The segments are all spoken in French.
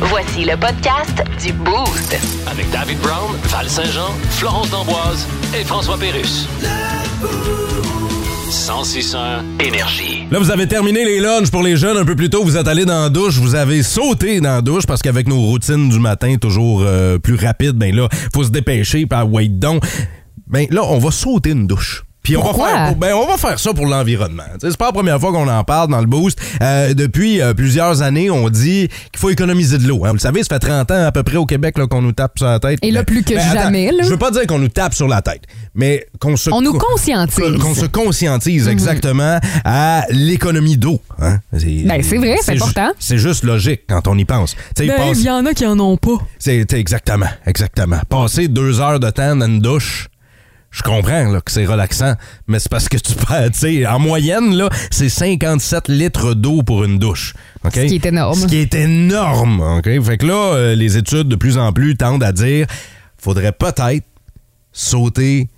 Voici le podcast du Boost. Avec David Brown, Val Saint-Jean, Florence D'Amboise et François Pérus. 1061 énergie. Là, vous avez terminé les lunchs pour les jeunes un peu plus tôt. Vous êtes allé dans la douche, vous avez sauté dans la douche parce qu'avec nos routines du matin toujours euh, plus rapides, ben là, faut se dépêcher par wait donc. Ben là, on va sauter une douche. Puis on va, Pourquoi? faire, ben, on va faire ça pour l'environnement. Tu sais, C'est pas la première fois qu'on en parle dans le boost. Euh, depuis euh, plusieurs années, on dit qu'il faut économiser de l'eau. hein. Vous le savez, ça fait 30 ans à peu près au Québec là, qu'on nous tape sur la tête. Et là, Ben, plus que ben, attends, jamais, là. Je veux pas dire qu'on nous tape sur la tête, mais qu'on se On nous conscientise. qu'on se conscientise Mhm. exactement à l'économie d'eau. hein. C'est Ben, c'est vrai, c'est ju- important. C'est juste logique quand on y pense. Tu sais, Ben, passe- il y en a qui en ont pas. c'est t'sais, exactement, exactement. Passer deux heures de temps dans une douche. Je comprends là, que c'est relaxant, mais c'est parce que tu perds, tu sais, en moyenne, là, c'est 57 litres d'eau pour une douche. OK? Ce qui est énorme. Ce qui est énorme. OK? Fait que là, euh, les études de plus en plus tendent à dire faudrait peut-être sauter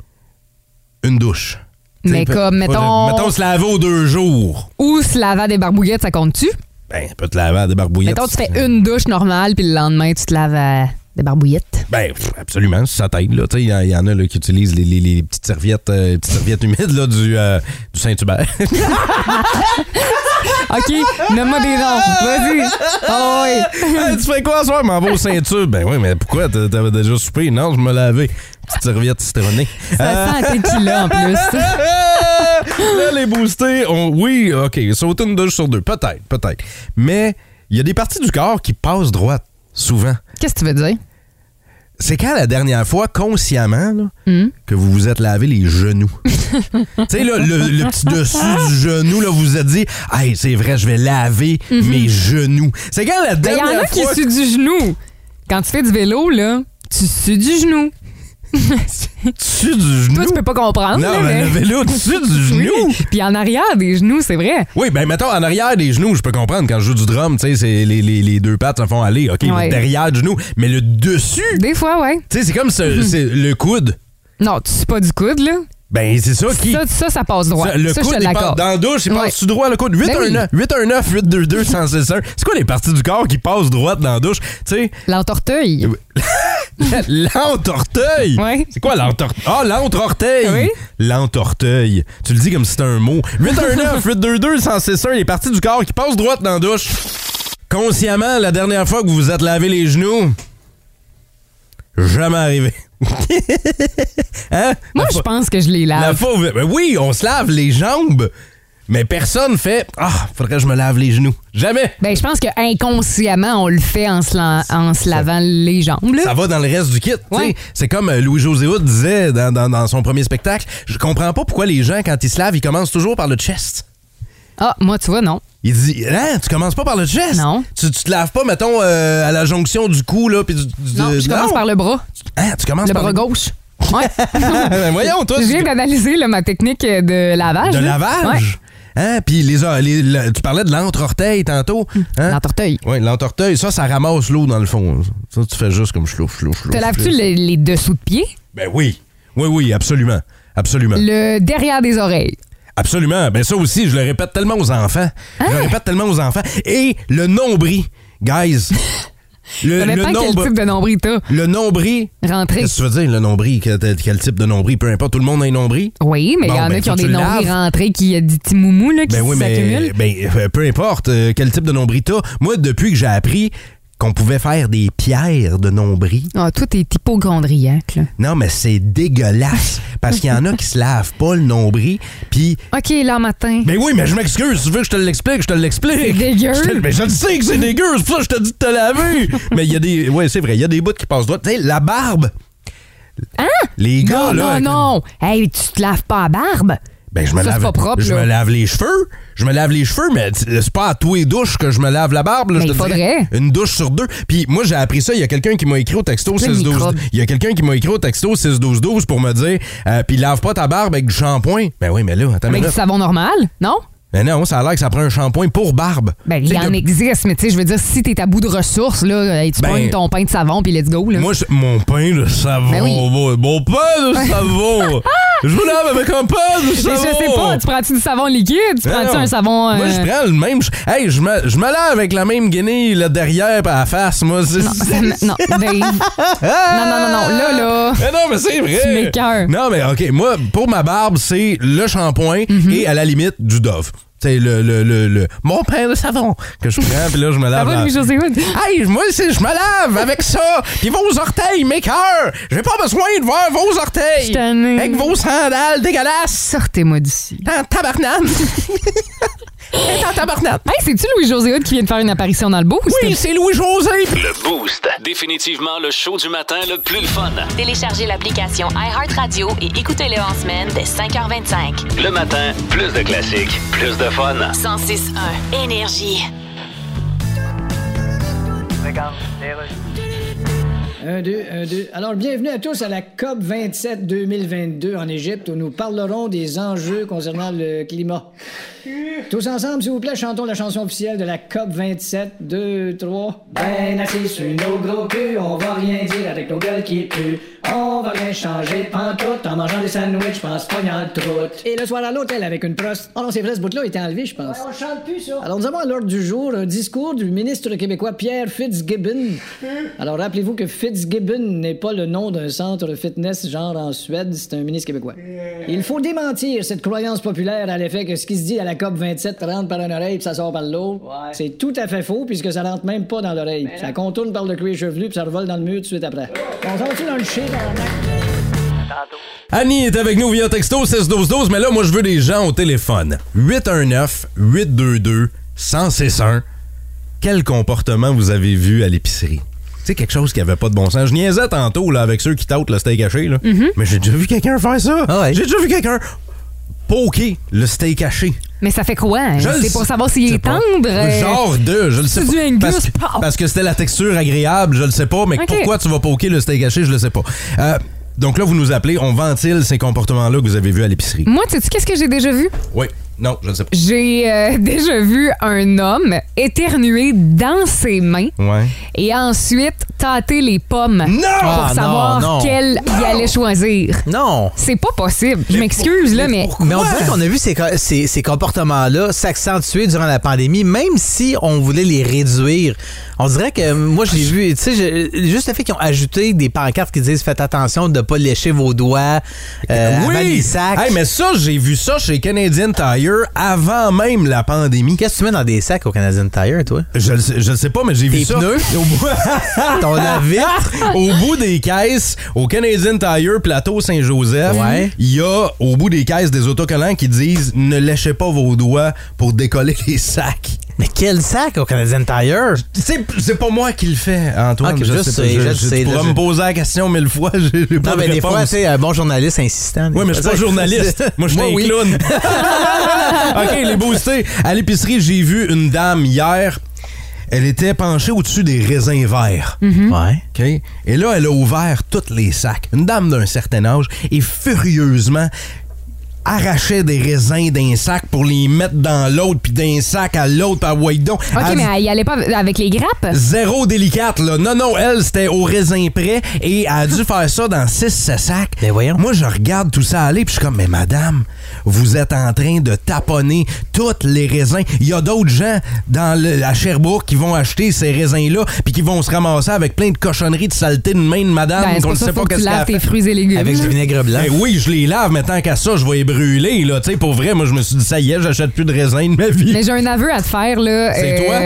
une douche. T'sais, Mais peut- comme, faudrait- mettons- Mettons se laver aux deux jours. Ou se laver à des barbouillettes, ça compte-tu? Ben, peut te laver à des barbouillettes. Mettons, tu fais une douche normale, puis le lendemain, tu te laves à des barbouillettes. Ben, pff, absolument, ça t'aide. là. Tu sais, Il y, en- il y en a là, qui utilisent les, les- les petites serviettes euh, les petites serviettes humides là, du, euh, du Saint-Hubert. OK, nomme-moi des noms. Vas-y. Ah oui. Hey, tu fais quoi ce soir? M'en vais au Saint-Hubert. Ben oui, mais pourquoi? T'a- T'avais déjà soupé? Non, je me lavais. Petite serviette citronnée. Euh, Ça sent tequila en plus. là, les boostés, on- oui, OK, sauter une douche sur deux. Peut-être, peut-être. Mais il y a des parties du corps qui passent droite, souvent. Qu'est-ce que tu veux dire? C'est quand la dernière fois, consciemment, là, Hmm? que vous vous êtes lavé les genoux? tu sais, là, le, le petit dessus du genou, là, vous vous êtes dit, hey, c'est vrai, je vais laver mes genoux. C'est quand la Mhm. Ben, il y dernière en a qui fois. suent du genou. Quand tu fais du vélo, là, tu sues du genou. Dessus du genou. Toi, tu peux pas comprendre. là, non, mais mais- le vélo dessus du genou. Oui. Puis en arrière des genoux, c'est vrai. Oui, ben mettons en arrière des genoux, je peux comprendre. Quand je joue du drum, tu sais, c'est les, les, les deux pattes se font aller, OK, mais Ouais. derrière du genou. Mais le dessus, Des fois, ouais. tu sais, c'est comme ce- Mhm. c'est le coude. Non, tu sues pas du coude, là. Ben, c'est ça qui. Ça, ça, ça passe droit. Ça, Ça, le coude, je te il part l'accorde. dans la douche, il Ouais. Ben passe tout droit le coude. 819 819 822 161. C'est quoi les parties du corps qui passent droite dans la douche? Tu sais, L'entorteuil. l'entorteuil. Ouais. C'est quoi l'entorteuil? Ah, l'entorteuil. Oui. L'entorteuil. Tu le dis comme si c'était un mot. 819 822 161. Les parties du corps qui passent droite dans la douche. Consciemment, la dernière fois que vous vous êtes lavé les genoux, jamais arrivé. hein? Moi, La je fois- pense que je les la lave. fauve. Ben oui, on se lave les jambes, mais personne fait Ah, faudrait que je me lave les genoux. Jamais. Ben, je pense que inconsciemment, on le fait en se, lan- en se lavant les jambes. Là. Ça va dans le reste du kit. tu sais. Ouais. C'est comme euh, Louis-José Hood disait dans, dans- dans son premier spectacle. Je comprends pas pourquoi les gens, quand ils se lavent, ils commencent toujours par le chest. Ah, moi, tu vois, non. Il dit Hein, tu commences pas par le chest. Non. Tu, tu te laves pas, mettons, euh, à la jonction du cou, là, puis du. du- Non, de- je commence non. par le bras. Hein, tu commences Le par bras gauche. Ouais. Ben voyons, toi, je tu- viens d'analyser là, ma technique de lavage. de là. Ouais. lavage. Hein, puis les, les- la- tu parlais de l'entre-orteil tantôt. Hein? L'entorteuil. Oui, l'entorteuil, ça, ça ramasse l'eau dans le fond. hein. Ça, tu fais juste comme chlouf, chlouf, chlouf. Te laves-tu chlouf. les, les dessous de pied? Ben oui. Oui, oui, absolument. Absolument. Le derrière des oreilles. Absolument. Ben ça aussi, je le répète tellement aux enfants. Je le Hein? répète tellement aux enfants. Et le nombril, guys. Le, Ça Euh, le, dépend quel nombre- type de nombril t'as. le nombril. Rentré. Qu'est-ce que tu veux dire, le nombril? Que- Quel, type de nombril? Peu importe, tout le monde a un nombril. Oui, mais il Bon, y en ben, a qui faut ont que des tu le nombrils laves. rentrés qui, euh, des petits moumous là, qui Ben oui, mais s'accumulent. ben, euh, peu importe euh, quel type de nombril t'as. Moi, depuis que j'ai appris qu'on pouvait faire des pierres de nombril, Ah, toi, t'es hypochondriaque, là. Non, mais c'est dégueulasse. Parce qu'il y en a qui se lavent pas le nombril. Puis. OK, là, matin. Mais Ben oui, mais je m'excuse. Tu veux que je te l'explique? Je te l'explique. C'est dégueu. Je te- mais je le sais que c'est dégueu. C'est pour ça que je te dis de te laver. mais il y a des. Ouais, c'est vrai. Il y a des bouts qui passent droit. Tu sais, la barbe. Hein? Les non, gars, là. non, non. Hey, tu te laves pas la barbe. Ben, je me Ça, c'est lave, pas propre, je là. me lave les cheveux. Je me lave les cheveux, mais t- c'est pas à tous les douches que je me lave la barbe. là, Mais je il te dirais. faudrait. Une douche sur deux. Puis moi, j'ai appris ça. Il y a quelqu'un qui m'a écrit au texto Plein de 6 12 microbes. Il y a quelqu'un qui m'a écrit au texto 6 12 12 pour me dire euh, Puis lave pas ta barbe avec du shampoing. Ben oui, mais là, attends une Avec du minute. savon normal, non? Mais non, ça a l'air que ça prend un shampoing pour barbe. Ben, Tu il sais, y en de- existe, mais tu sais, je veux dire, si t'es à bout de ressources, là, euh, tu Ben- prends ton pain de savon, puis let's go, là. Moi, je- mon pain de savon. Ben oui. mon- Mon pain de savon. je me lave avec un pain de Mais savon. je sais pas, tu prends-tu du savon liquide? Tu Ben prends-tu non. un savon... euh, Moi, je prends le même. je- Hey, je me, je me lave avec la même guenille là, derrière pis à la face, moi. c'est- Non, ça me- non, Ben, Dave. non, non, non, non, là, là. Mais non, mais c'est vrai. Tu m'écoeures. Non, mais OK. Moi, pour ma barbe, c'est le shampoing Mhm. et à la limite, du Dove. C'est le, le, le, le- mon pain de savon que je prends, puis là, je me Ça lave. va, la- Louis-José Hood? Ah, Hey, moi, c'est- je me lave avec ça. Puis vos orteils, mes cœurs. J'ai pas besoin de voir vos Je orteils. suis tannée. Avec vos sandales dégueulasses. Sortez-moi d'ici. En tabarnane. Et en tabarnane. Hey, c'est-tu Louis-José Hood qui vient de faire une apparition dans le boost? Oui, c'est Louis-José. Le Boost. Définitivement le show du matin le plus le fun. Téléchargez l'application iHeartRadio et écoutez-le en semaine dès 5h25. Le matin, plus de classiques, plus de fun. 106.1 Énergie. Un, deux, un, deux. Alors, bienvenue à tous à la COP 27 2022 en Égypte où nous parlerons des enjeux concernant le climat. Tous ensemble, s'il vous plaît, chantons la chanson officielle de la COP 27. 2, 3. Ben assis sur nos gros culs, on va rien dire avec nos gueules qui puent. On va rien changer de pantoute en mangeant des sandwichs, pense pas en troute. Et le soir à l'hôtel avec une prost. Oh non, c'est vrai, ce bout-là était enlevé, je pense. on chante plus, ça. Alors, nous avons à l'ordre du jour un discours du ministre québécois Pierre Fitzgibbon. Alors, rappelez-vous que Fitzgibbon n'est pas le nom d'un centre fitness genre en Suède, c'est un ministre québécois. Il faut démentir cette croyance populaire à l'effet que ce qui se dit à la COP 27 rentre par une oreille puis ça sort par l'autre. C'est tout à fait faux puisque ça rentre même pas dans l'oreille. Ça contourne par le cuir chevelu puis ça revole dans le mur tout de suite après. On s'en va-tu dans le shit, tabarnak? Annie est avec nous via texto 61212, mais là, moi, je veux des gens au téléphone. 819-822-1061. Quel comportement vous avez vu à l'épicerie? Tu sais, quelque chose qui avait pas de bon sens. Je niaisais tantôt là, avec ceux qui tautent le steak haché, là. mais j'ai déjà vu quelqu'un faire ça. J'ai déjà vu quelqu'un poker le steak haché. Mais ça fait quoi? hein? Je le C'est sais- pour savoir s'il sais est pas. tendre. euh, Genre de, je le sais c'est du pas. Angus, Parce, que- pow! parce que c'était la texture agréable, je le sais pas, mais Ok. pourquoi tu vas poker le steak haché, je le sais pas. Euh, donc là, vous nous appelez, on ventile ces comportements-là que vous avez vus à l'épicerie. Moi, sais-tu qu'est-ce que j'ai déjà vu? Oui, non, je le sais pas. J'ai euh, déjà vu un homme éternuer dans ses mains Ouais. et ensuite tâter les pommes Non! pour Ah, non, savoir non. quelle il allait choisir. Non. C'est pas possible. Je m'excuse, là, mais. Mais on dirait qu'on a vu ces, co- ces- ces comportements-là s'accentuer durant la pandémie, même si on voulait les réduire. On dirait que moi, je l'ai vu, tu sais, je- juste le fait qu'ils ont ajouté des pancartes qui disent faites attention de ne pas lécher vos doigts euh, avant les sacs. Hey, mais ça, j'ai vu ça chez Canadian Tire avant même la pandémie. Qu'est-ce que tu mets dans des sacs au Canadian Tire, toi? Je le sais, je le sais pas, mais j'ai vu Tes ça. pneus? Au bout, Ton lave-vitre? au bout des caisses, au Canadian Tire Plateau Saint-Joseph, Ouais. il y a au bout des caisses des autocollants qui disent ne lâchez pas vos doigts pour décoller les sacs. Mais quel sac au Canadian Tire? C'est c'est pas moi qui le fais, Antoine. Ok, je pas, sais, je sais, tu là, pourras je- me poser la question mille fois, j'ai j'ai pas Non, de mais des réponse. fois, tu sais, un bon journaliste insistant. des Oui, mais je fois. suis pas journaliste. Moi, je suis un oui. clown. OK, les boostés. À l'épicerie, j'ai vu une dame hier. Elle était penchée au-dessus des raisins verts. Ouais. OK? Et là, elle a ouvert tous les sacs. Une dame d'un certain âge et furieusement arrachait des raisins d'un sac pour les mettre dans l'autre, puis d'un sac à l'autre, puis à Waidon. OK, mais il allait pas avec les grappes? Zéro délicate, là. Non, non, elle, c'était au raisin près et elle a dû faire ça dans 6 sacs. Ben voyons. Moi, je regarde tout ça aller puis je suis comme, mais madame, vous êtes en train de taponner toutes les raisins. Il y a d'autres gens dans le, la Sherbrooke qui vont acheter ces raisins-là puis qui vont se ramasser avec plein de cochonneries de saleté de main de madame Ben, c'est qu'on pour ne ça sait faut pas que tu qu'est-ce qu'elle laves a tes fait. fruits et légumes. Avec du vinaigre blanc. Ben oui, je les lave, mais tant qu'à ça, je vais les brûler, là. Tu sais, pour vrai, moi, je me suis dit, ça y est, j'achète plus de raisins de ma vie. Mais j'ai un aveu à te faire, là. euh, C'est toi?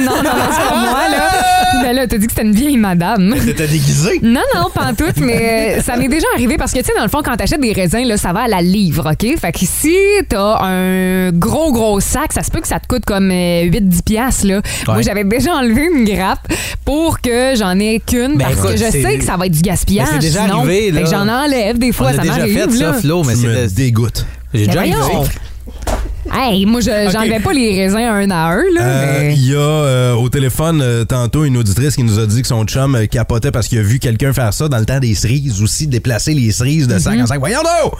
non, non, non, c'est pas moi, là. Mais là, t'as dit que c'était une vieille madame. T'étais déguisé. Non, non, pas en tout, mais euh, ça m'est déjà arrivé parce que, tu sais, dans le fond, quand t'achètes des raisins, là, ça va à la livre, OK? Fait que si t'as un gros, gros sac, ça se peut que ça te coûte comme euh, 8-10 piastres, là. Moi, j'avais déjà enlevé une grappe pour que j'en ai qu'une Ben, parce que écoute, je c'est- sais que ça va être du gaspillage. Ben, c'est déjà sinon. arrivé, là. Fait que j'en enlève des On fois, l'a ça déjà m'arrive, fait, là. ça, Flo, mais Tu me c'est de- dégoûtes. J'ai Mais déjà voyons. arrivé. Hey, moi, je- j'enlevais pas les raisins un à un, là. Euh, mais- Il y a euh, au téléphone euh, tantôt une auditrice qui nous a dit que son chum euh, capotait parce qu'il a vu quelqu'un faire ça dans le temps des cerises aussi, déplacer les cerises de sac en sac. Voyons donc!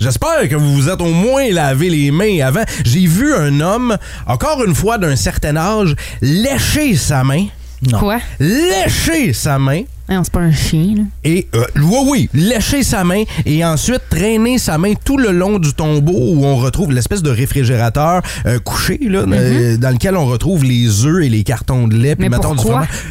J'espère que vous vous êtes au moins lavé les mains avant. J'ai vu un homme, encore une fois d'un certain âge, lécher sa main. non. Quoi? Lécher sa main. Hey, on, c'est pas un chien, là. Et euh, oui, oui, lécher sa main et ensuite traîner sa main tout le long du tombeau où on retrouve l'espèce de réfrigérateur euh, couché là, euh, dans lequel on retrouve les œufs et les cartons de lait. puis Mhm. Mais mettons, du pourquoi? fromage.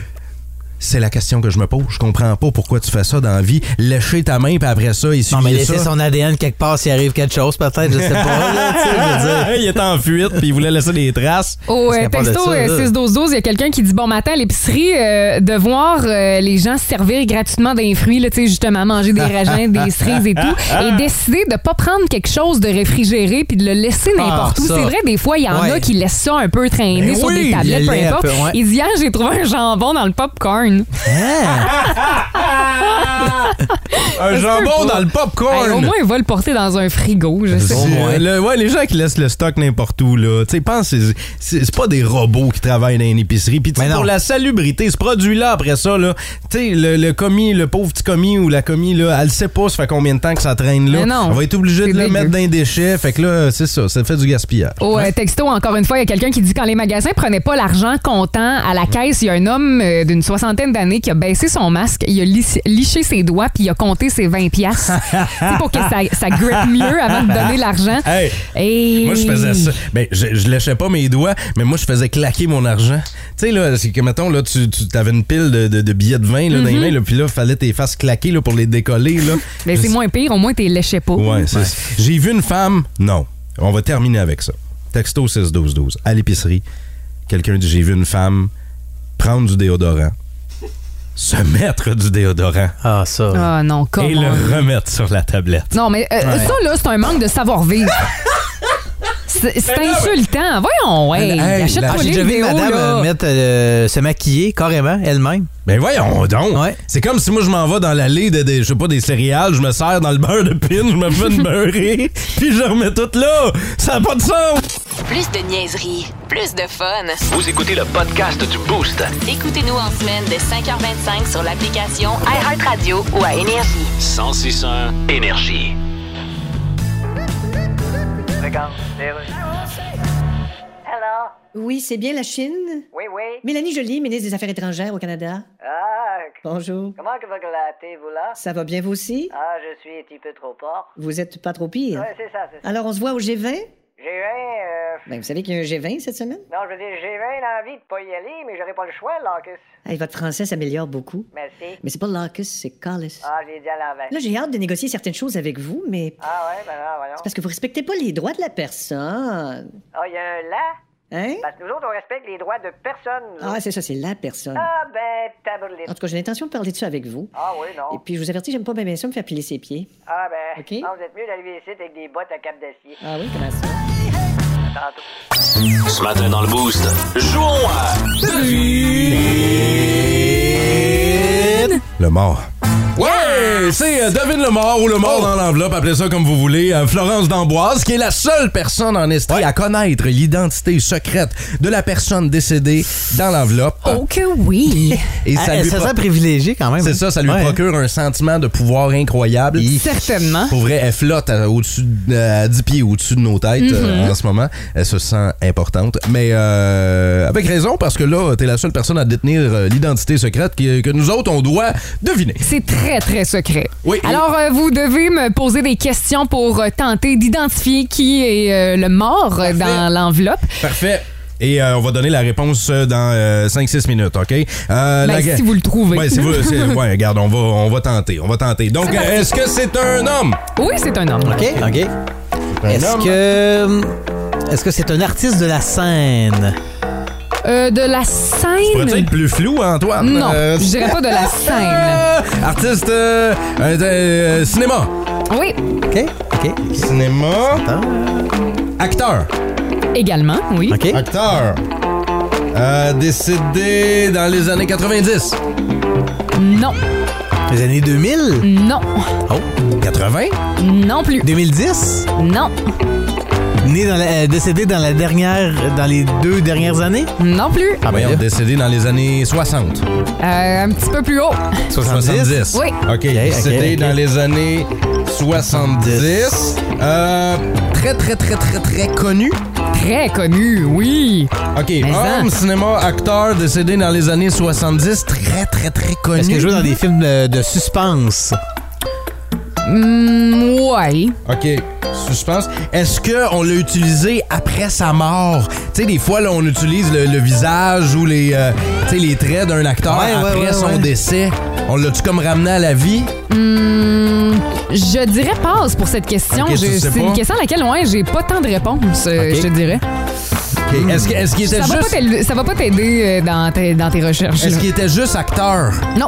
C'est la question que je me pose. Je comprends pas pourquoi tu fais ça dans la vie. Lécher ta main, puis après ça, il Non, mais laisser ça. son ADN quelque part s'il arrive quelque chose, peut-être, je sais pas. là, tu sais, je veux dire. il est en fuite, puis il voulait laisser des traces. Au Parce euh, qu'à part de texto ça, euh, là- 6-12-12, il y a quelqu'un qui dit bon matin à l'épicerie, euh, de voir euh, les gens se servir gratuitement des fruits, là, tu sais, justement, manger des raisins, des cerises et tout, et décider de pas prendre quelque chose de réfrigéré puis de le laisser n'importe Ah, où. ça. C'est vrai, des fois, il y en Ouais. a qui laissent ça un peu traîner Ben sur oui, des tablettes, le peu lait un importe. peu, ouais. Il dit hier, j'ai trouvé un jambon dans le popcorn. Un jambon peut pas. dans le popcorn. Hey, au moins, il va le porter dans un frigo, je sais. C'est- euh, moins. le- ouais, les gens qui laissent le stock n'importe où, là. Tu sais, pense, c'est- c'est c'est pas des robots qui travaillent dans une épicerie. Puis, tu sais, Mais non. pour la salubrité, ce produit-là, après ça, là, tu sais, le, le commis, le pauvre petit commis ou la commis, là, elle sait pas, ça fait combien de temps que ça traîne, là. Mais non. On va être obligé de C'est le dégueu. mettre dans les déchets. Fait que là, c'est ça, ça fait du gaspillage. Au euh, texto, encore une fois, il y a quelqu'un qui dit quand les magasins prenaient pas l'argent comptant à la caisse, il y a un homme euh, d'une soixantaine d'années qui a baissé son masque, il a lis- liché ses doigts puis il a compté ses 20 piastres C'est pour que ça, ça grippe mieux avant de donner l'argent. Hey! Et- Moi, je faisais ça. Ben, je, je lâchais pas mes doigts, mais moi, je faisais claquer mon argent. Tu sais, là, c'est que, mettons, là, tu, tu avais une pile de, de- de billets de vin, là, Mhm. dans les mains, là, puis là, fallait tes faces claquer, là, pour les décoller, là. Mais Ben, Je c'est sais- moins pire, au moins t'es léché pas. Ouais, c'est ça. J'ai vu une femme. Non. On va terminer avec ça. Texto 6 12 12 à l'épicerie. Quelqu'un dit j'ai vu une femme prendre du déodorant, se mettre du déodorant Ah, ça. Ah non, comment? et le remettre sur la tablette. Non, mais euh, ça, là, c'est un manque de savoir-vivre. C'est c'est insultant. Voyons, ouais. Hey, Ah, Achète-toi J'ai les déjà vu vidéos, madame là. euh, mettre, euh, se maquiller carrément elle-même. Ben voyons donc. Ouais. C'est comme si moi je m'en vais dans l'allée de des je sais pas des céréales, je me sers dans le beurre de pin, je me fais une beurrée, puis je remets tout là. Ça n'a pas de sens. Plus de niaiserie, plus de fun. Vous écoutez le podcast du Boost. Écoutez-nous en semaine de 5h25 sur l'application iHeartRadio ou à Énergie. 1061 Énergie. Oui, c'est bien la Chine. Oui, oui. Mélanie Joly, ministre des Affaires étrangères au Canada. Ah, Bonjour. comment que vous glattez-vous là? Ça va bien vous aussi? Ah, je suis un petit peu trop fort. Vous êtes pas trop pire. Ouais, c'est ça, c'est ça. Alors, on se voit au G20? J'ai un... euh, Ben, vous savez qu'il y a un G20 cette semaine? Non, je veux dire, j'ai bien envie de pas y aller, mais j'aurais pas le choix, Lacus. Hey, votre français s'améliore beaucoup. Merci. Mais c'est pas Lacus, c'est Callis. Ah, j'ai dit à l'envers. Là, j'ai hâte de négocier certaines choses avec vous, mais Ah ouais, ben là, voyons. c'est parce que vous respectez pas les droits de la personne. Ah, il y a un là? Hein? Parce que nous autres, on respecte les droits de personne. nous Ah, autres. c'est ça, c'est la personne. ah ben, taboulé. En tout cas, j'ai l'intention de parler de ça avec vous. Ah oui, Et non. puis, je vous avertis, j'aime pas bien bien ça me faire piler ses pieds. Ah ben, Ok. ah, vous êtes mieux d'arriver ici avec des bottes à cap d'acier. Ah oui, comment ça? Tantôt. Ce matin dans le Boost, jouons à Le mort. Oh. Ouais! C'est euh, Devine le mort ou le mort dans l'enveloppe, appelez ça comme vous voulez. Euh, Florence D'Amboise, qui est la seule personne en Estrie à connaître l'identité secrète de la personne décédée dans l'enveloppe. Oh que oui! Ah. Et Ah, ça elle lui se pro- sent privilégiée quand même. hein. C'est ça, ça lui Ouais. procure un sentiment de pouvoir incroyable. Certainement. Pour vrai, elle flotte à, au-dessus de- à 10 pieds au-dessus de nos têtes euh, en ce moment. Elle se sent importante. Mais euh, avec raison, parce que là, t'es la seule personne à détenir euh, l'identité secrète que, que nous autres, on doit deviner. C'est très, très secret. Oui. Alors, euh, vous devez me poser des questions pour euh, tenter d'identifier qui est euh, le mort euh, dans l'enveloppe. Parfait. Et euh, on va donner la réponse euh, dans 5-6 minutes, OK? Euh, Ben, la- si vous le trouvez. Ouais, si vous- c'est- ouais, regarde, on va, on va tenter. On va tenter. Donc, C'est parti. est-ce que c'est un homme? Oui, c'est un homme. OK, OK. Est-ce homme. que. hum, Est-ce que c'est un artiste de la scène? Euh, de la Pourrait-il scène. être plus flou, Antoine? Non, Euh, je dirais pas de la scène. Ah! Artiste euh, euh, euh, cinéma. Oui, OK, OK. Cinéma. Attends. Acteur. également, oui. OK. Acteur. Euh, décédé dans les années 90. Non. Les années 2000? Non. Oh, 80? Ah, Non plus. 2010? Non. Né dans la- euh, décédé dans la dernière, dans les deux dernières années? Non plus. ben Ah, Voyons, décédé dans les années 60. Euh, un petit peu plus haut. 70. Oui. OK. C'était ok. dans les années 70. Euh, très, très, très, très, très connu. Très connu, oui. OK. ça. Homme, cinéma, acteur, décédé dans les années 70. Très, très, très connu. Est-ce qu'il joue dans des films euh, de suspense? Hmm, ouais. OK. Suspense. Est-ce qu'on l'a utilisé après sa mort? Tu sais, des fois, là, on utilise le, le visage ou les, euh, tu sais, les traits d'un acteur Ouais, ouais, après ouais, son ouais. décès. On l'a-tu comme ramené à la vie? Hmm, je dirais passe pour cette question. Ok, tu Je- sais c'est pas. une question à laquelle, ouais, j'ai pas tant de réponses, euh, Ok. je te dirais. Hmm. OK. Est-ce que- est-ce qu'il Ça était va, pas juste... t'aider- ça va pas t'aider euh, dans, tes- dans tes recherches. Est-ce là. qu'il était juste acteur? Non,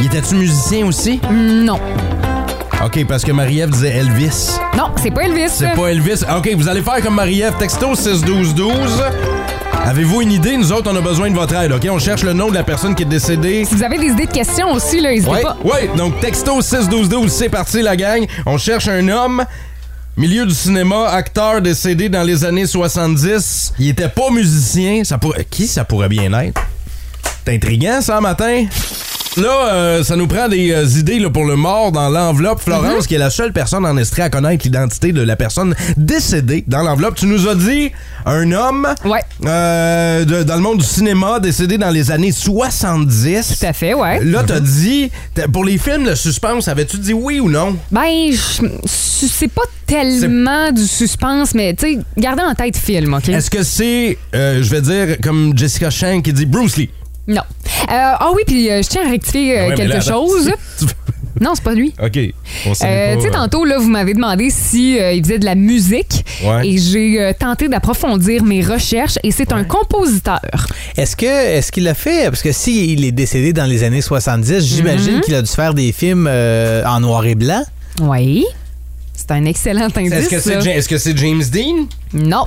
Il était-tu musicien aussi? non, OK, parce que Marie-Ève disait Elvis. non, c'est pas Elvis. C'est pas Elvis. OK, vous allez faire comme Marie-Ève. Texto 61212. Avez-vous une idée? Nous autres, on a besoin de votre aide, OK? On cherche le nom de la personne qui est décédée. Si vous avez des idées de questions aussi, là, n'hésitez Ouais, pas. ouais. Donc, texto 61212, c'est parti, la gang. On cherche un homme, milieu du cinéma, acteur décédé dans les années 70. Il était pas musicien. Ça pourrait... Qui ça pourrait bien être? C'est intriguant, ça, matin? Là, euh, ça nous prend des euh, idées là, pour le mort dans l'enveloppe. Mm-hmm. Florence, qui est la seule personne en Estrie à connaître l'identité de la personne décédée dans l'enveloppe, tu nous as dit un homme Ouais. euh, de- dans le monde du cinéma décédé dans les années 70. Tout à fait, ouais. Là, t'as dit, t'as- pour les films de suspense, avais-tu dit oui ou non? Ben, je- c'est pas tellement du suspense, mais tu sais, gardez en tête film, OK? Est-ce que c'est, euh, je vais dire, comme Jessica Chang qui dit Bruce Lee? Non. Euh, ah oui, puis euh, je tiens à rectifier euh, Ouais, mais quelque là, attends. chose. Tu- non, c'est pas lui. OK. On sait Euh, pas, tu sais, euh, tantôt, là, vous m'avez demandé si euh, il faisait de la musique Ouais. et j'ai euh, tenté d'approfondir mes recherches et c'est un compositeur. Est-ce que est-ce qu'il l'a fait? Parce que s'il est décédé dans les années 70, Mhm. j'imagine qu'il a dû faire des films euh, en noir et blanc. Oui. C'est un excellent indice. Est-ce que c'est ça. Ja- est-ce que c'est James Dean? Non.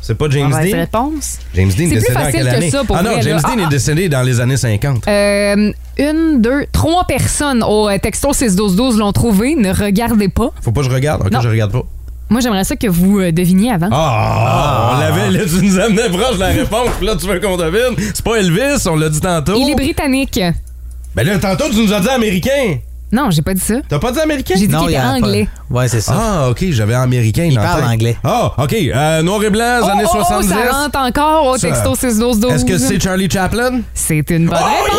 C'est pas James Mauvaise Dean? réponse. James Dean C'est plus décédé en facile quelle que année? ça, pour ah non, vrai, James là. Dean Ah, est ah. décédé dans les années 50. Euh, une, deux, trois personnes au euh, texto 61212 l'ont trouvé. Ne regardez pas. Faut pas que je regarde. OK, Non. je regarde pas. Moi, j'aimerais ça que vous euh, deviniez avant. Ah, on l'avait. Là, tu nous amenais proche de la réponse. puis Là, tu veux qu'on devine? C'est pas Elvis, on l'a dit tantôt. Il est britannique. Ben là, tantôt, tu nous as dit américain. Non, j'ai pas dit ça. T'as pas dit américain? J'ai dit qu'il il était y en a anglais. pas. Ouais, c'est ça. Ah, ok, j'avais américain. Il dans la parle tête. anglais. Ah, ok, euh, noir et blanc, Oh, années oh, oh, 70. ça rentre encore au Ça- texto 61212. Est-ce que c'est Oh, Charlie Chaplin? C'est une bonne réponse.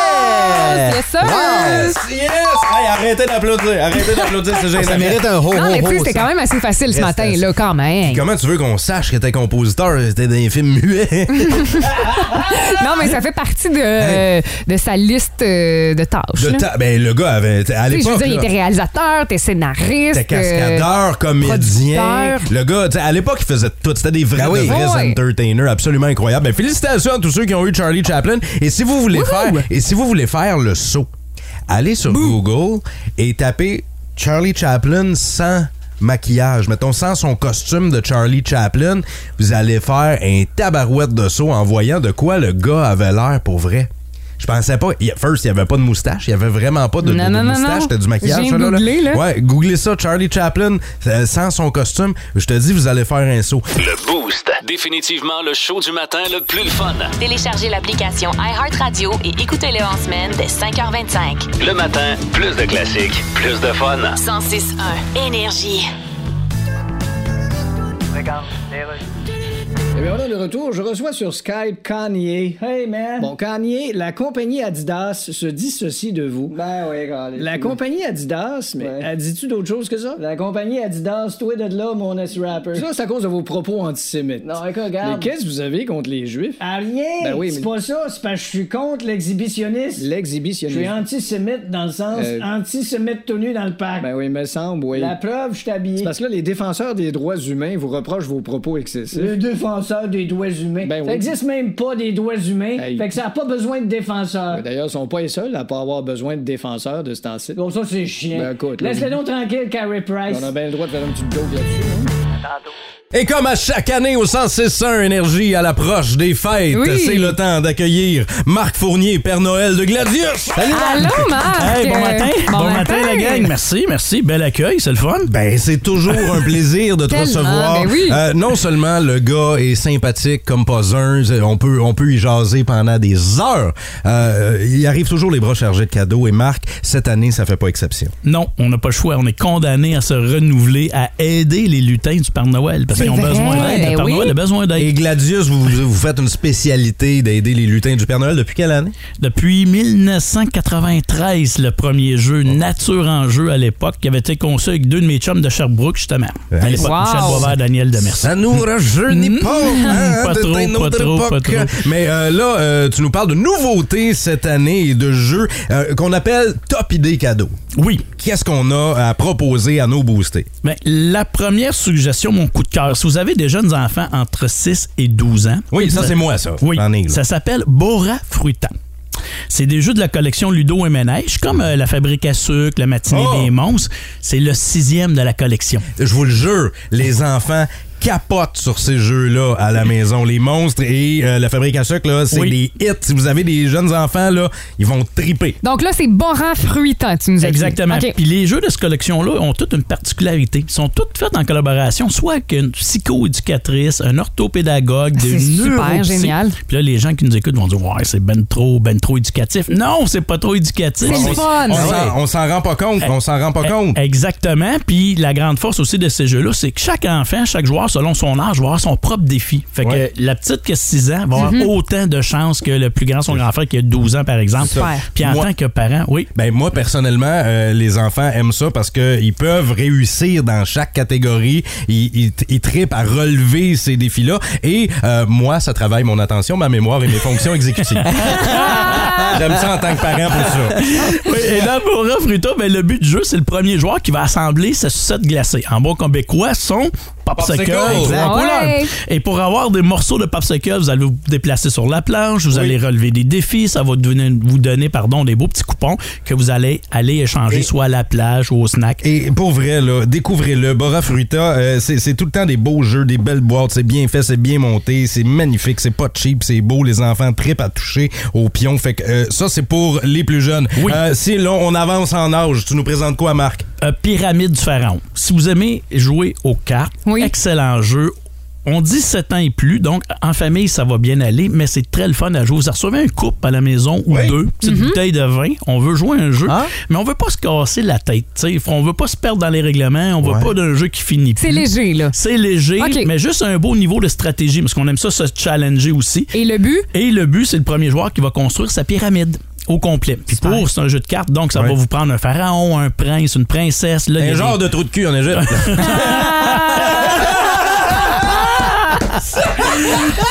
yeah! Yes, sir. Ouais. Yes! Hey, arrêtez d'applaudir, arrêtez d'applaudir, c'est Ça gênant. mérite un Oh, ho Non, Ah, mais ho, tu sais, ho, c'était ça. quand même assez facile ce Yes, matin, yes. là, quand même. Comment tu veux qu'on sache que t'es compositeur? C'était dans les films muets. Non, mais ça fait partie de, euh, de sa liste euh, de tâches. De là. ta- Ben, le gars avait. À Tu sais, Je veux l'époque. dire, il là, était réalisateur, t'es scénariste. euh, C'était cascadeur, comédien. producteur. Le gars, tu sais, à l'époque, il faisait tout. C'était des vrais, Ben oui. de vrais Ouais. entertainers absolument incroyables. Ben, félicitations à tous ceux qui ont eu Charlie Chaplin. Et si vous voulez faire, et si vous voulez faire le saut, allez sur Google et tapez Charlie Chaplin sans maquillage, mettons sans son costume de Charlie Chaplin, vous allez faire un tabarouette de saut en voyant de quoi le gars avait l'air pour vrai. Je pensais pas. il- First, il y avait pas de moustache. Il y avait vraiment pas de, de- Non, de non, non, moustache. non. C'était du maquillage. J'ai ça, là, là. googlé, là. Ouais, googlez ça, Charlie Chaplin, euh, sans son costume. Je te dis, vous allez faire un saut. Le Boost. Définitivement le show du matin le plus le fun. Téléchargez l'application iHeartRadio et écoutez-le en semaine dès 5h25. Le matin, plus de classiques, plus de fun. 106.1 Énergie. Regarde, les rues. Et Eh bien voilà le retour. Je reçois sur Skype Kanye. Hey man. Bon, Kanye, la compagnie Adidas se dissocie de vous. Ben oui, regarde. La compagnie Adidas, mais Ouais. elle dit-tu d'autre chose que ça? La compagnie Adidas, toi de là, mon S-rapper. Ça, c'est à cause de vos propos antisémites. Non, écoute, mais regarde. qu'est-ce que vous avez contre les Juifs? Ah, rien! Ben oui, c'est mais- pas ça, c'est parce que je suis contre l'exhibitionniste. Je suis L'exhibitionnisme. antisémite dans le sens Euh, antisémite tout nu dans le parc. Ben oui, me semble, oui. La preuve, je C'est t'habille. Parce que là, les défenseurs des droits humains vous reprochent vos propos excessifs. Le défenseur des doigts humains. Ben oui. Ça existe même pas des doigts humains. Hey. Fait que ça a pas besoin de défenseur. Ben, D'ailleurs, ils sont pas les seuls à pas avoir besoin de défenseurs de ce temps-ci. Bon, ça, c'est chiant. Ben, écoute, là, Laisse-le oui. Ben, donc tranquille, Carrie Price. On a bien le droit de faire un petit joke là-dessus. hein. Et comme à chaque année au 1061 Énergie à l'approche des fêtes, Oui. c'est le temps d'accueillir Marc Fournier, Père Noël de Gladius. Allô, Marc! Hey, bon matin! euh, Bon, matin, la gang! Merci, merci. Bel accueil, c'est le fun. Ben, c'est toujours un plaisir de te Tellement, recevoir. ben oui. Euh, non seulement le gars est sympathique comme pas un, c'est- on peut, on peut y jaser pendant des heures. Euh, il arrive toujours les bras chargés de cadeaux et Marc, cette année, ça fait pas exception. Non, on n'a pas le choix. On est condamné à se renouveler, à aider les lutins du Père Noël. Parce C'est qu'ils ont vrai, besoin d'aide. ben le Père oui. Noël a besoin Et d'aide. Gladius, vous, vous faites une spécialité d'aider les lutins du Père Noël depuis quelle année? Depuis 1993, le premier jeu, Oh. Nature en jeu à l'époque, qui avait été conçu avec deux de mes chums de Sherbrooke, justement. À l'époque, Wow. Michel Boisvert, Daniel Demers. Ça nous rajeunit pas, Euh, hein, Mm-hmm. Pas de- trop, de pas notre trop, pas époque. trop. Mais euh, là, euh, tu nous parles de nouveautés cette année et de jeux euh, qu'on appelle Top Idées Cadeaux. Oui, Qu'est-ce qu'on a à proposer à nos boostés? Ben, la première suggestion, mon coup de cœur, si vous avez des jeunes enfants entre 6 et 12 ans, Oui, ça, c'est moi, ça. oui, J'en ai, là. ça s'appelle Bora Fruita. C'est des jeux de la collection Ludo et Ménage, comme euh, la fabrique à sucre, la matinée Oh! des monstres. C'est le sixième de la collection. Je vous le jure, les enfants capotent sur ces jeux-là à la maison. Les monstres et euh, la fabrique à sucre, là, c'est Oui. des hits. Si vous avez des jeunes enfants, là, ils vont triper. Donc là, c'est Boran Fruitant, tu nous as dit. Exactement. OK. Puis les jeux de cette collection-là ont toute une particularité. Ils sont tous faits en collaboration, soit avec une psychoéducatrice, un orthopédagogue, Ah, C'est des super neuropsy. génial. Puis là, les gens qui nous écoutent vont dire Ouais, c'est ben trop, ben trop éducatif. Non, c'est pas trop éducatif. C'est On- le fun. On Ouais. s'en- on s'en rend pas compte. Eh, On s'en rend pas compte. Exactement. Puis la grande force aussi de ces jeux-là, c'est que chaque enfant, chaque joueur, selon son âge, va avoir son propre défi. Fait Ouais. que la petite qui a 6 ans va avoir Mhm. autant de chances que le plus grand, son grand frère, qui a 12 ans, par exemple. Super. Puis en Moi- tant que parent, oui. Ben moi personnellement, euh, les enfants aiment ça parce que ils peuvent réussir dans chaque catégorie. Ils, ils, ils trippent à relever ces défis-là. Et euh, moi, ça travaille mon attention, ma mémoire et mes fonctions exécutives. J'aime ça en tant que parent pour ça. Oui, et dans Bora Fruta, ben, le but du jeu, c'est le premier joueur qui va assembler sa sucette glacée. En bon québécois, son popsicle. Popsicle. en Exact. couleur. Ouais. Et pour avoir des morceaux de popsicle, vous allez vous déplacer sur la planche, vous allez relever des défis, ça va donner- vous donner pardon, des beaux petits coupons que vous allez aller échanger soit à la plage ou au snack. Et pour vrai, là, découvrez-le. Bora Fruita, euh, c'est c'est tout le temps des beaux jeux, des belles boîtes. C'est bien fait, c'est bien monté, c'est magnifique, c'est pas cheap, c'est beau. Les enfants trippent à toucher au pion. Fait que euh, ça, c'est pour les plus jeunes. Oui. Euh, si là, on avance en âge, tu nous présentes quoi, Marc? Euh, pyramide du pharaon. Si vous aimez jouer aux cartes, Oui. excellent jeu. On dit 7 ans et plus, donc en famille, ça va bien aller, mais c'est très le fun à jouer. Vous en recevez un couple à la maison ou Oui. deux, petite Mhm. bouteille de vin, on veut jouer à un jeu, mais on veut pas se casser la tête. t'sais. On veut pas se perdre dans les règlements, on veut pas d'un jeu qui finit C'est plus. léger, là. C'est léger, OK. mais juste un beau niveau de stratégie, parce qu'on aime ça se challenger aussi. Et le but? Et le but, c'est le premier joueur qui va construire sa pyramide au complet. Puis pour, c'est un jeu de cartes, donc ça Ouais. va vous prendre un pharaon, un prince, une princesse. Là, il y Un a genre des- de trou de cul en Égypte.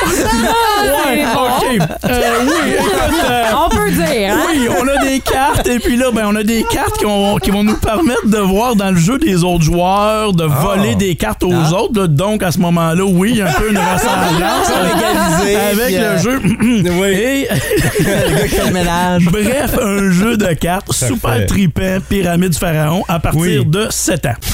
Ouais, ok. Euh, oui, écoute, euh, On peut dire, hein? oui, on a des cartes et puis là, ben, on a des cartes qui, ont- qui vont nous permettre de voir dans le jeu des autres joueurs, de Ah. voler des cartes aux autres. là. Donc à ce moment-là, oui, il y a un peu une ressemblance Légalisé, avec puis, euh, le jeu. Et- Le gars qui fait le ménage. Bref, un jeu de cartes super Parfait. tripant, pyramide du pharaon à partir Oui. de 7 ans.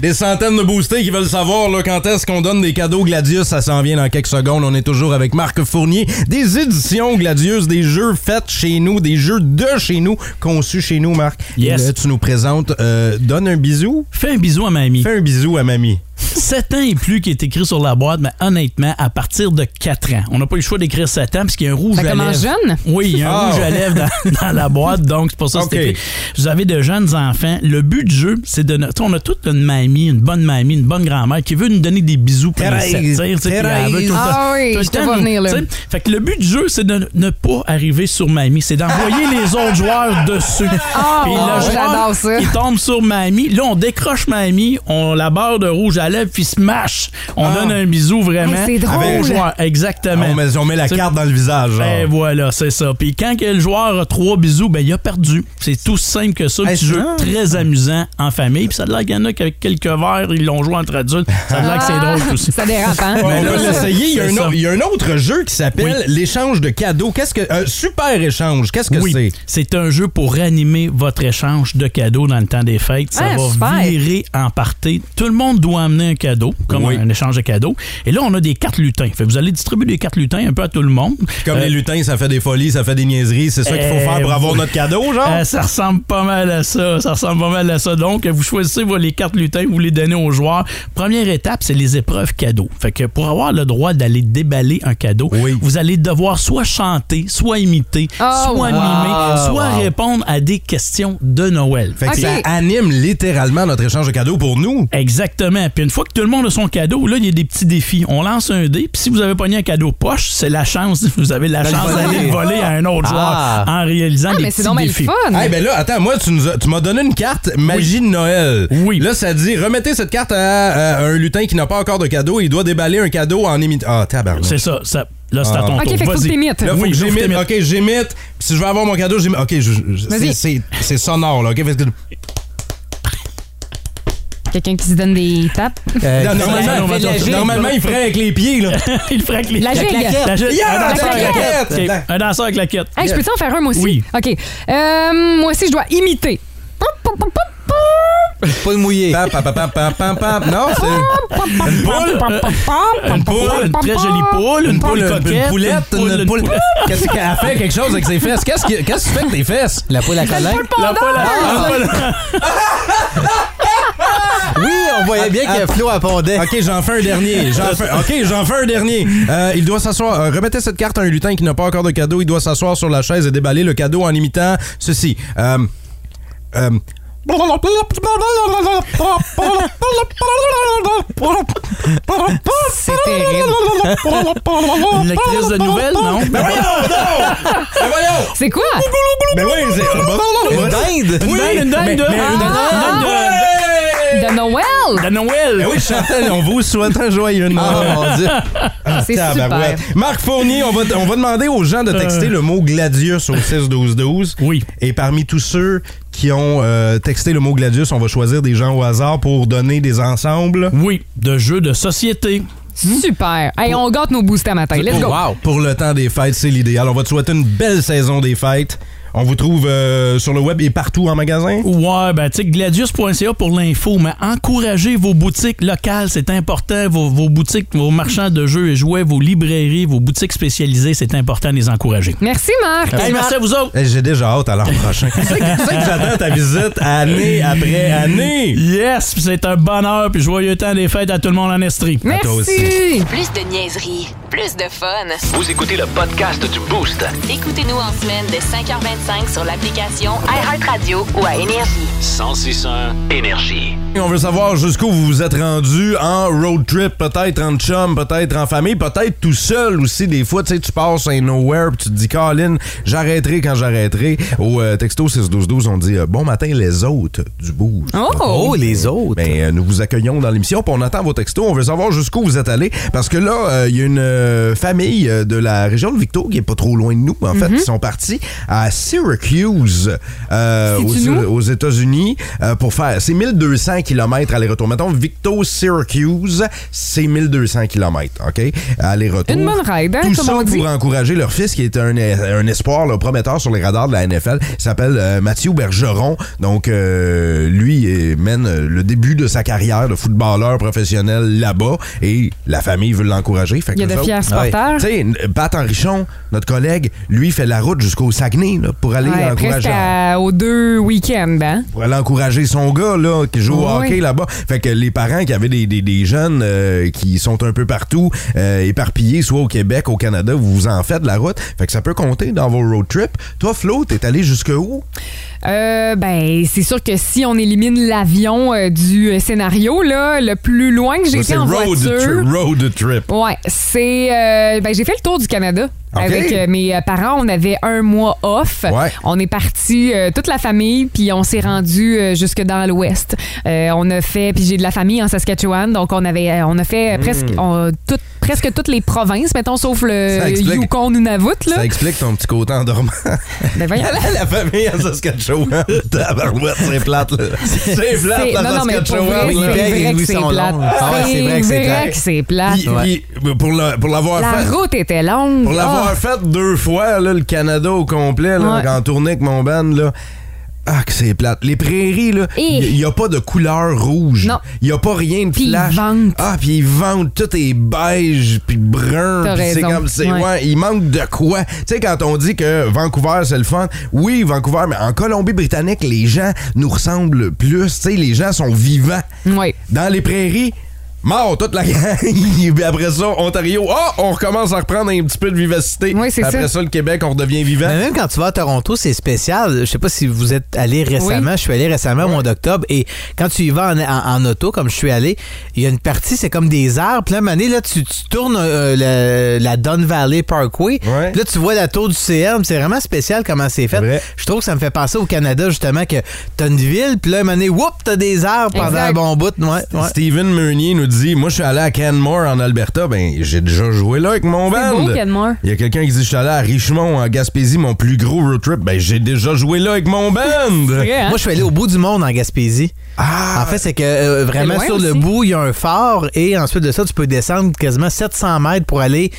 Des centaines de boostés qui veulent savoir là, quand est-ce qu'on donne des cadeaux Gladius. Ça s'en vient dans quelques secondes. On est toujours avec Marc Fournier. Des éditions Gladius, des jeux faits chez nous, des jeux de chez nous, conçus chez nous, Marc. Yes. Et là, tu nous présentes euh, Donne un bisou. Fais un bisou à mamie. Fais un bisou à mamie. 7 ans et plus qui est écrit sur la boîte, mais honnêtement, à partir de 4 ans. On n'a pas eu le choix d'écrire 7 ans parce qu'il y a un rouge Ça à lèvres. commence jeune? Oh. Oui, il y a un Ah. rouge à lèvres dans, dans la boîte, donc c'est pour ça que c'est OK. écrit. Vous avez de jeunes enfants. Le but du jeu, c'est de... notre- On a toute une mamie, une bonne mamie, une bonne grand-mère qui veut nous donner des bisous Thérèse, princesse. tu sais, puis elle veut tout le Thérèse. temps- Ah oui, tout le je te temps vois nous- venir, là. tu sais, Fait que le but du jeu, c'est de ne pas arriver sur mamie. C'est d'envoyer les autres joueurs dessus. Ah, Puis le wow, joueur j'adore ça. qui tombe sur mamie. Là, on décroche mamie, on la barre de rouge à lèvres, puis smash. On donne un bisou vraiment. Ah. Hey, c'est drôle. au joueur. Exactement. Ah, On met, on met la C'est- carte dans le visage. genre. Ah, Ben voilà, c'est ça. Puis quand que le joueur a trois bisous, ben il a perdu. C'est tout simple que ça. Le petit jeu très amusant en famille. Puis ça a l'air qu'il y en a qu'avec quelques verres, ils l'ont joué entre adultes. Ça a l'air que c'est Ah, drôle aussi. Ça dérape, hein? On là, va c'est- l'essayer. Il y a c'est un ça. au- Il y, a un autre jeu qui s'appelle l'échange de cadeaux. Qu'est-ce que un super échange Qu'est-ce que Oui, c'est c'est un jeu pour animer votre échange de cadeaux dans le temps des fêtes. Ça Ah, va super. virer en partie. Tout le monde doit amener amener un cadeau, comme Oui. un échange de cadeaux. Et là, on a des cartes lutins. Fait que vous allez distribuer des cartes lutins un peu à tout le monde. Comme Euh, les lutins, ça fait des folies, ça fait des niaiseries, c'est ça qu'il faut Euh, faire pour avoir vous- notre cadeau, genre? Euh, ça ressemble pas mal à ça. Ça ressemble pas mal à ça. Donc, vous choisissez vos- les cartes lutins, vous les donnez aux joueurs. Première étape, c'est les épreuves cadeaux. Fait que pour avoir le droit d'aller déballer un cadeau, vous allez devoir soit chanter, soit imiter, Oh, soit wow. mimer, soit Ah, Wow. répondre à des questions de Noël. Fait que Ok. ça anime littéralement notre échange de cadeaux pour nous. Exactement. Puis une fois que tout le monde a son cadeau, là, il y a des petits défis. On lance un dé, puis si vous avez pogné un cadeau poche, c'est la chance, vous avez la De le chance voler. d'aller le voler à un autre Ah. joueur en réalisant Ah, des mais petits c'est normal le défis. fun. Eh ben là, attends, moi, tu, nous as- tu m'as donné une carte Magie de Noël. Oui. Là, ça dit, remettez cette carte à, à un lutin qui n'a pas encore de cadeau. Il doit déballer un cadeau en imitant. Ah, tabarnak. C'est ça, ça. Là, c'est à Ah. ton Ok, tour. fait que faut que Vas-y. t'imites. Là, faut Oui, que faut que j'imite. t'imites. OK, j'imite. Puis si je veux avoir mon cadeau, j'imite. OK, je- je- c'est- Vas-y. c'est- c'est sonore, là. OK? Parce que- ben- Quelqu'un qui se donne des tapes. Euh, Non, Christophe, normalement, non, normalement, non, normalement, il ferait avec les pieds, là. Il frappe les La gigue. La gigue. Yeah, un la danseur avec claquette. la claquette. La- Ok, Un danseur avec la claquette. Hey, je peux t'en faire un, moi aussi? Oui. OK. Euh, moi aussi, je dois imiter. Pop, pop, pop, pop, Pas de mouillé. Pam, pam, pam, pam, pam, pam, pam. Non, c'est. pop, pop, pop, poule. pop, pop, pop, pop, Une poule, pop, une pop, très pop. jolie poule, une poule Ah, Une coquette, poule, une poulette, une poule. Qu'est-ce qu'elle a fait quelque chose avec ses fesses? Qu'est-ce que qu'est-ce que tu fais avec tes fesses? La poule à colère. La poule, la poule. Oui, on voyait bien que Flo appondait. Ah, OK, j'en fais un dernier. J'en fais- OK, j'en fais un dernier. Euh, il doit s'asseoir. euh, remettez cette carte à un lutin qui n'a pas encore de cadeau. Il doit s'asseoir sur la chaise et déballer le cadeau en imitant ceci. Euh, euh, C'est terrible. Une lectrice de nouvelles, non? Ben voyons! non! Ben voyons! C'est quoi? Ben oui, c'est... Une dinde. Ah, Une dinde, une dinde de... Ah, une mais- mais une dinde de- De Noël? de Noël. Ah, Ben oui, Chantal, on vous souhaite un joyeux Oh Noël. Ah, mon Dieu. Ah, C'est super. Euh. Tabarouette. Marc Fournier, on va, on va demander aux gens de texter le mot gladius au 6-12-12. Oui. Et parmi tous ceux qui ont euh, texté le mot gladius, on va choisir des gens au hasard pour donner des ensembles. Oui, de jeux de société. Super. Hey, on gâte nos boostés à matin. Let's go. Oh, Wow. Pour le temps des fêtes, c'est l'idéal. On va te souhaiter une belle saison des fêtes. On vous trouve euh, sur le web et partout en magasin. Ouais, ben, tu sais, gladius.ca pour l'info, mais encouragez vos boutiques locales, c'est important. Vos, vos boutiques, vos marchands de jeux et jouets, vos librairies, vos boutiques spécialisées, c'est important de les encourager. Merci, Marc. Hey, merci à vous autres. Eh, J'ai déjà hâte à l'an prochain. Tu sais que tu sais que j'attends ta visite année après année. Yes, puis c'est un bonheur, puis joyeux temps des fêtes à tout le monde en Estrie. toi Merci. aussi. Plus de niaiserie, plus de fun. Vous écoutez le podcast du Boost. Écoutez-nous en semaine de 5h25 sur l'application iHeartRadio ou à Énergie. 1061 Énergie. Et On veut savoir jusqu'où vous vous êtes rendu en road trip, peut-être en chum, peut-être en famille, peut-être tout seul aussi. Des fois, tu sais, tu passes un nowhere puis tu te dis, Colin, j'arrêterai quand j'arrêterai. Au euh, texto 61212, on dit euh, bon matin les hôtes du bouge. Oh. Oh, les autres. Ben, euh, nous vous accueillons dans l'émission, puis on attend vos textos. On veut savoir jusqu'où vous êtes allés. Parce que là, euh, il y a une euh, famille euh, de la région de Victo, qui est pas trop loin de nous, en fait, Mhm. qui sont partis à Syracuse, euh, C'est-tu aux, nous? aux États-Unis, euh, pour faire. C'est 1200 km aller-retour. Mettons, Victo-Syracuse, c'est 1200 km, OK? Aller-retour. Une bonne ride, hein, Tout comme ça on dit. pour encourager leur fils, qui est un, un espoir là, prometteur sur les radars de la NFL. Il s'appelle euh, Mathieu Bergeron. Donc, euh, lui euh, mène euh, le début de sa carrière de footballeur professionnel là-bas et la famille veut l'encourager. Fait que Il y a nous de autres- fiers supporters. Tu sais, n- Pat Enrichon, notre collègue, lui fait la route jusqu'au Saguenay là, pour aller Ouais, presque encourager à- aux deux week-ends. hein. pour aller encourager son gars là, qui joue au Oui. hockey là-bas. Fait que les parents qui avaient des, des- des jeunes euh, qui sont un peu partout, euh, éparpillés, soit au Québec, au Canada, vous vous en faites de la route. Fait que ça peut compter dans vos road trips. Toi, Flo, t'es allé jusque où? Euh, ben, c'est sûr que si on élimine l'avion euh, du euh, scénario, là, le plus loin que j'ai Ça, été C'est en road, voiture. tri- road trip. Ouais, c'est. euh, ben, j'ai fait le tour du Canada. Ok. Avec euh, mes euh, parents, on avait un mois off. Ouais. On est parti euh, toute la famille, puis on s'est rendu euh, jusque dans l'ouest. Euh, on a fait, puis j'ai de la famille en Saskatchewan, donc on avait, euh, on a fait presque, on- tout- presque toutes les provinces, mettons, sauf Ça le explique. Yukon Nunavut là. Ça explique ton petit côté endormant. Ben, voyons. la famille en Saskatchewan. Tabarouette, c'est plate, là. C'est plate, C'est- la non, non, mais pour vrai, Saskatchewan. c'est là. vrai Les que louis c'est sont plate. longs. Ah ouais, c'est vrai que c'est vrai plate. que c'est plate. Puis- puis, pour la- pour l'avoir La fait. route était longue. Pour l'avoir Ah. fait deux fois, là, le Canada au complet, là, Ouais. en tournée avec mon band, là, Ah, que c'est plate. Les prairies, là, Et- il n'y a pas de couleur rouge. Eh. Non. Il n'y a pas rien de Puis ils flash. vendent. Ah, puis ils vendent. Tout est beige, puis brun. T'as puis c'est raison. comme. c'est- Ouais. ouais, il manque de quoi. Tu sais, quand on dit que Vancouver, c'est le fun. Oui, Vancouver, mais en Colombie-Britannique, les gens nous ressemblent plus. Tu sais, les gens sont vivants. Oui. Dans les prairies, mort, toute la gang. Puis après ça, Ontario, oh, on recommence à reprendre un petit peu de vivacité. Oui, c'est après ça. ça, le Québec, on redevient vivant. Mais même quand tu vas à Toronto, c'est spécial. Je sais pas si vous êtes allé récemment. Je suis allé récemment au mois d'octobre. Et quand tu y vas en, en- en auto, comme je suis allé, il y a une partie, c'est comme des arbres. Puis là, à un moment donné, là, tu, tu tournes euh, la- la Don Valley Parkway. Ouais. Puis là, tu vois la tour du CN. C'est vraiment spécial comment c'est fait. Vrai. Je trouve que ça me fait penser au Canada, justement, que t'as une ville. Puis là, à un moment donné, whoop, t'as des arbres pendant Exact. un bon bout. Ouais, ouais. Steven Meunier nous dit Moi, je suis allé à Canmore en Alberta. Ben, j'ai déjà joué là avec mon C'est band. beau, Kenmore. Il y a quelqu'un qui dit Je suis allé à Richmond, en Gaspésie, mon plus gros road trip. Ben, j'ai déjà joué là avec mon band. Vrai, hein? Moi, je suis allé au bout du monde en Gaspésie. ah, En fait, c'est que euh, vraiment loin sur le aussi. bout, il y a un phare et ensuite de ça, tu peux descendre quasiment 700 mètres pour aller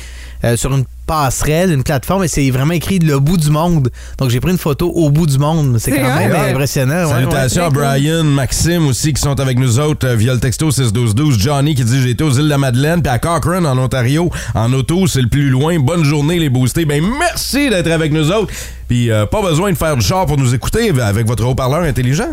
euh, sur une passerelle, une plateforme et c'est vraiment écrit le bout du monde. Donc j'ai pris une photo au bout du monde. C'est C'est quand vrai? même impressionnant. ouais, Salutations ouais. à Brian, Maxime aussi qui sont avec nous autres euh, via le texto 61212. Johnny qui dit j'étais aux îles de la Madeleine puis à Cochrane en Ontario en auto, c'est le plus loin. Bonne journée les boostés. Ben merci d'être avec nous autres. Puis euh, pas besoin de faire du char pour nous écouter avec votre haut-parleur intelligent.